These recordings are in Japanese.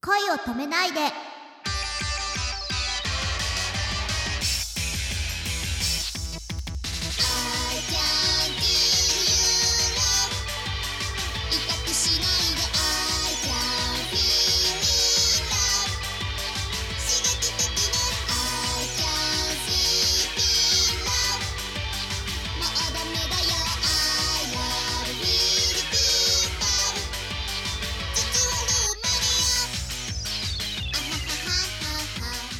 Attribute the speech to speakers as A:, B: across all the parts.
A: 恋を止めないで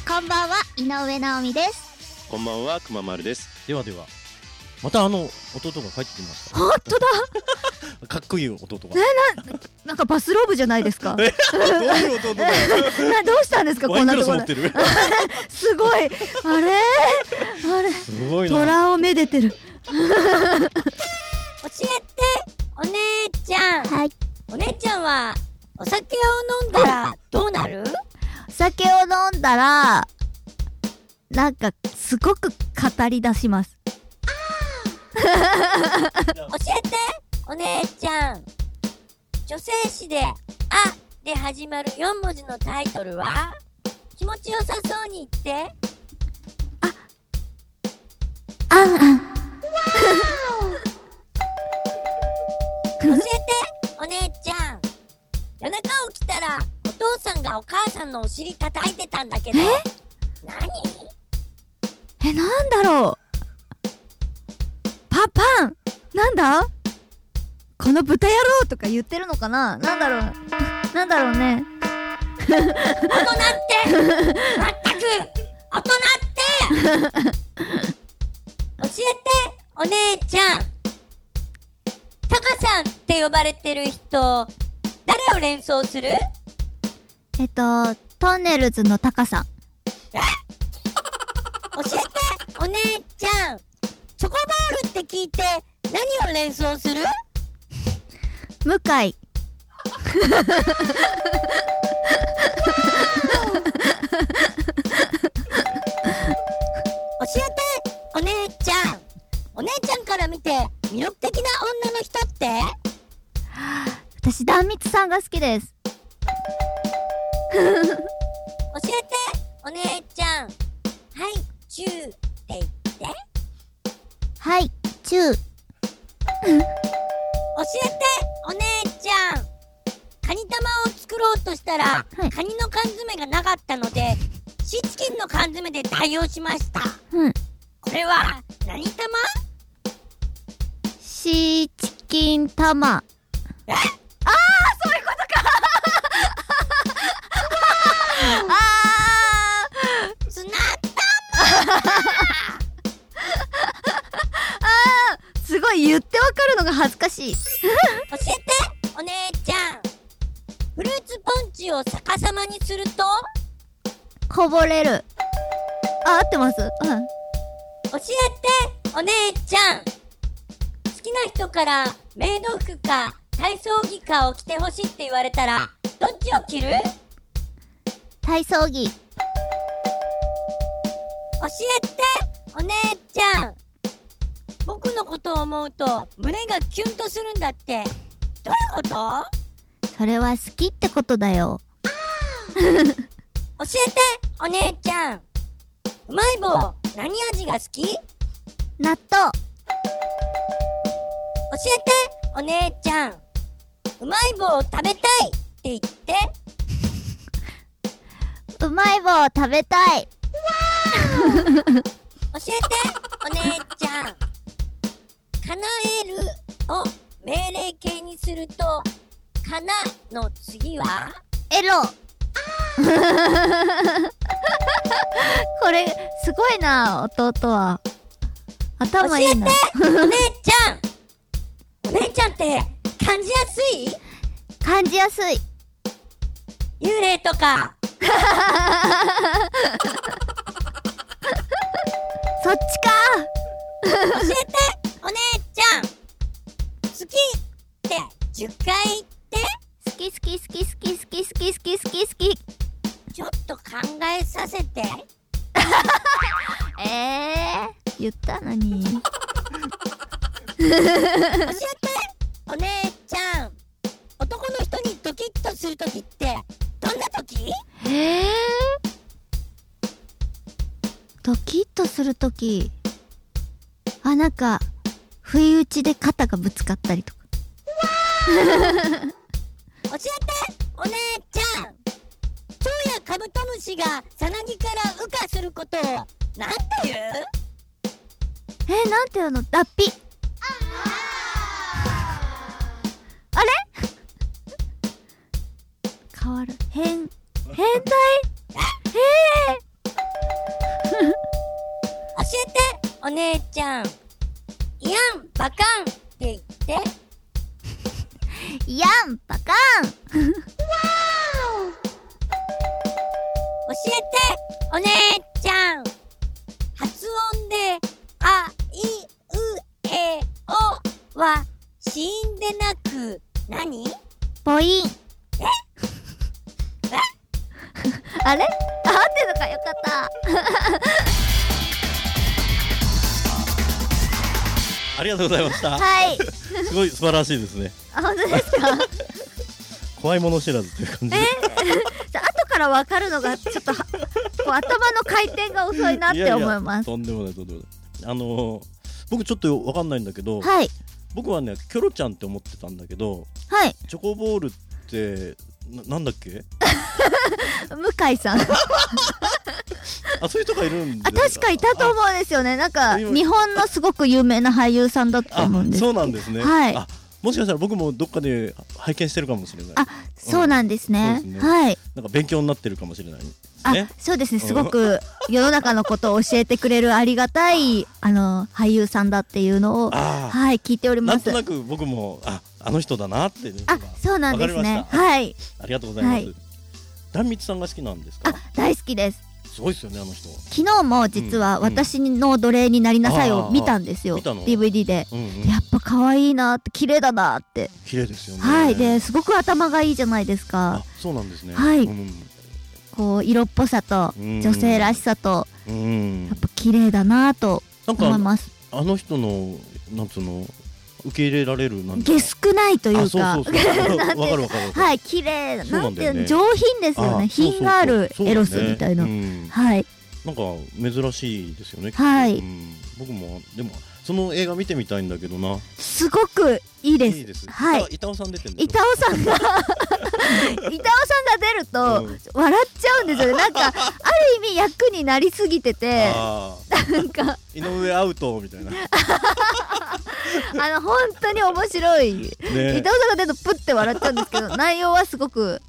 A: こんばんは井上直美です
B: こんばんは、くままるです。
C: ではでは、またあの弟が帰ってきまし
D: 本当だ
C: た。 かっこいい弟が。
D: なんかバスローブじゃないですかな
C: どういう弟だよ。
D: どうしたんですか
C: ワ
D: こ
C: イ
D: ん
C: ング
D: な
C: ラス
D: とこ
C: 持
D: ろ
C: って
D: で
C: る。
D: すごいあれあれ
C: すごいな。
D: 虎をめでてる
E: 教えてお姉ちゃん
A: はい
E: お姉ちゃんはお酒を飲んだらどうなる
D: お酒を飲んだらなんかすごく語り出します
E: 教えてお姉ちゃん女性誌で「あ」で始まる4文字のタイトルは気持ちよさそうに言って
D: あんあん
E: 教えてお姉ちゃん夜中起きたらお父さんがお母さんのお尻叩いてたんだけど何
D: えなんだろうパパンなんだこの豚野郎とか言ってるのかななんだろうなんだろうね
E: 大人ってまったく大人って教えてお姉ちゃんタカさんって呼ばれてる人誰を連想する
D: えっとトンネルズの高さん
E: 教えてお姉ちゃんチョコボールって聞いて何を連想する
D: 向井
E: 教えてお姉ちゃんお姉ちゃんから見て魅力的な女の人って
D: 私壇蜜さんが好きです
E: 教えてお姉ちゃんはいチューって言って
A: はいチュー
E: 教えてお姉ちゃんカニ玉を作ろうとしたら、
D: はい
E: カニの缶詰がなかったのでシーチキンの缶詰で代用しました、
D: うん
E: これは何玉
D: シーチキン玉
E: え
D: ああそ
E: 砂
D: ういうことかあーすごい言ってわかるのが恥ずかしい
E: 教えてお姉ちゃんフルーツポンチを逆さまにすると
D: こぼれるあ合ってますうん
E: 教えてお姉ちゃん好きな人からメイド服か体操着かを着てほしいって言われたらどっちを着る
D: 体操着
E: 教えてお姉ちゃん僕のことを思うと胸がキュンとするんだってどういうこと
D: それは好きってことだよ
E: 教えてお姉ちゃんうまい棒何味が好き教えて
D: 納豆
E: お姉ちゃんうまい棒を食べたいって言って
D: うまい棒を食べたい
E: 教えてお姉ちゃん叶えるを命令形にするとかなの次は
D: エロこれすごいな弟は頭いいな
E: 教えてお姉ちゃんお姉ちゃんって感じやすい
D: 感じやすい
E: 幽霊とか
D: そっちか
E: 教えてお姉ちゃん好きって10回言って
D: 好き好き好き好き好き好き好き好き好き
E: ちょっと考えさせて
D: えー、言ったのに
E: 教えてお姉ちゃん男の人にドキッとするときってどんなとき
D: ドキッとするとき、あ、なんか、不意打ちで肩がぶつかったりとか。
E: 教えてお姉ちゃん蝶やカブトムシがさなぎから羽化することをなんて言う
D: えー、なんていうの脱皮あれ変わる変変態え
E: 教えてお姉ちゃんいやんバカンって言って
D: ー、やんパカン
E: 教えてお姉ちゃん発音であいうえおは死因でなく何
D: ポイン
E: え
D: あれあ合ってるのかよかった
C: ありがとうございました。
D: はい
C: すごい素晴らしいですね。
D: あ本当ですか
C: 怖いもの知らずという感じで。
D: じゃあ後から分かるのがちょっとはこう頭の回転が遅いなっ
C: や
D: て
C: や
D: 思います
C: とんでもないとんでもない。あのー、僕ちょっとわかんないんだけど、
D: はい
C: 僕はねキョロちゃんって思ってたんだけど、
D: はい
C: チョコボールってななんだっけ？
D: 向井さ ん
C: あそういう人がいるんで。
D: あ確かいたと思うんですよねなんか
C: あ今
D: 日本のすごく有名な俳優さんだと
C: あ
D: 思うんです
C: そうなんですね。
D: はい
C: あもしかしたら僕もどっかで拝見してるかもしれない
D: あ。そうなんですね,、
C: そうですね
D: はい
C: なんか勉強になってるかもしれない。
D: あ、
C: ね
D: そうですね
C: うん
D: すごく 世の中のことを教えてくれるありがたいあの俳優さんだっていうのを
C: ああ、
D: はい聞いており
C: な
D: ま
C: ん
D: す
C: となく僕もああの人だなって、ね、
D: あそうなんです
C: わかり
D: ね
C: ました
D: はい
C: ありがとうございます。
D: は
C: 壇蜜さんが好きなんです
D: あ
C: か？
D: 大好きです
C: すごいですよねあの人。
D: 昨日も実は
C: うん
D: 私の奴隷になりなさい
C: あ
D: を
C: ー
D: 見たんですよ、
C: 見たの
D: DVD で
C: うんうん。
D: やっぱ可愛いなって綺麗だなって
C: 綺麗ですよね。
D: はいですごく頭がいいじゃないですか
C: あそうなんですね。
D: はい
C: うん
D: こう色っぽさと
C: うん
D: 女性らしさと
C: うん。
D: やっぱ綺麗だなと
C: なん
D: 思い
C: か
D: ます
C: あの人のなんつうの受け入れられるなんてい
D: 下
C: うか
D: 少ないとい
C: あ
D: うか
C: そうそうそう わかるわかるわかる。
D: はい綺麗な
C: そうなんん
D: て
C: だ
D: い
C: よ
D: う
C: ね
D: の上品です
C: あ
D: よね
C: そうそうそう
D: 品がある
C: そうだ
D: エ
C: ね
D: ロスみたいな、
C: うん
D: はい
C: なんか珍しいですよね。
D: はい
C: うん僕もでもその映画見てみたいんだけどな。
D: すごくいいです
C: いいです。
D: はい
C: あ。板尾さん出てるんでしょ。
D: 板尾 さんが板尾さんが出ると
C: うん
D: 笑っちゃうんですよね なんかある意味役になりすぎてて
C: あ
D: なんか
C: ー井上アウトみたい な。ね
D: あの本当に面白い伊藤さんが出るとプッて笑っちゃうんです けど内容はすごく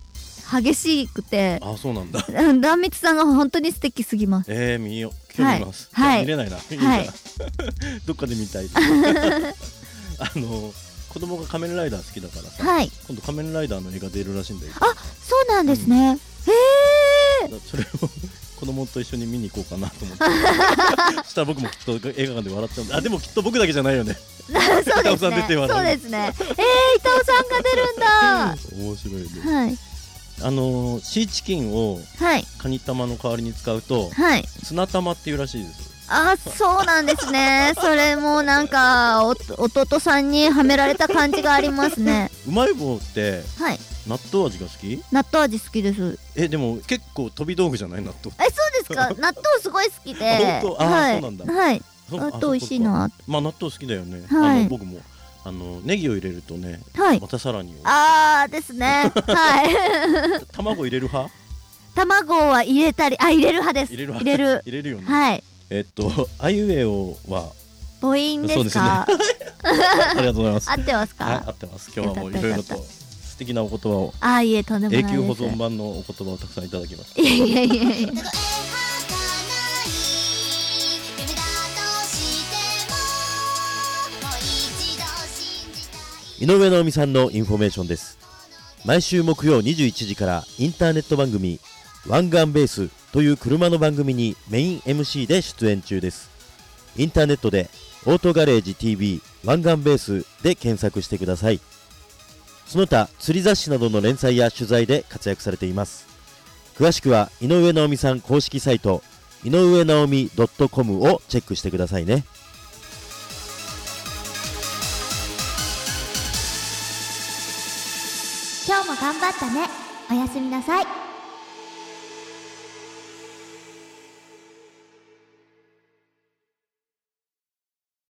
D: 激しくて
C: あそうなんだ。
D: うん壇蜜さんが本当に素敵すぎます
C: えー、見よう。今日見ます。
D: はいはい
C: 見れないな。見れ
D: は
C: ないいなどっかで見たい。 あの子供が仮面ライダー好きだからさ。
D: はい
C: 今度仮面ライダーの映画出るらしいんだよ。
D: あそうなんですね、へえ
C: だそれを 子供と一緒に見に行こうかなと思って そしたら僕もきっと映画館で笑っちゃうんであでもきっと僕だけじゃないよね
D: そうです
C: 伊藤さん出
D: ね
C: て。
D: そう
C: 笑
D: ですね。えー、伊藤さんが出るんだ。
C: 面白いね
D: はい。
C: あのーシーチキンを
D: はい。
C: カニ玉の代わりに使うと
D: はい。
C: 砂玉っていうらしいです
D: あ、そうなんですね。それもなんか、お、弟さんにはめられた感じがあります ね。
C: うまい棒って
D: はい。
C: 納豆味が好き
D: 納豆味好きです。
C: えでも結構飛び道具じゃない納豆
D: え、そうですか。 納豆すごい好きで。
C: あ本当あ
D: はい。
C: そうなんだ
D: はい。
C: そ
D: 納
C: あ
D: 豆美味しい
C: そっか
D: な。
C: まあ納豆好きだよね、
D: はい
C: あの僕もあのネギを入れるとね
D: はい
C: ま。たさらに
D: あーです ね。はい。
C: 卵入れる派
D: 卵は入れたり、あ、入れる派です。
C: 入れる
D: 入
C: 派
D: れる。
C: 入れるよね、
D: はい。
C: えっと あいうえおは
D: 母音で
C: そう
D: す
C: です
D: か
C: ね。ありがとうございます
D: 合ってます
C: はい、合
D: か。
C: ってます。今日はもういろ
D: よかった
C: いろ
D: よ
C: と
D: か
C: 素敵なお言葉を
D: あー、いえ、とんでもない
C: 永
D: です。
C: 久保存版のお言葉をたくさんいただきまし
D: いやいやいやいや
C: た。井上直美さんのインフォメーションです。毎週木曜21時からインターネット番組ワンガンベースという車の番組にメイン MC で出演中です。インターネットでオートガレージ TV ワンガンベースで検索してください。その他釣り雑誌などの連載や取材で活躍されています。詳しくは井上直美さん公式サイト井上直美 .com をチェックしてくださいね。
A: 今日も頑張ったねおやすみなさい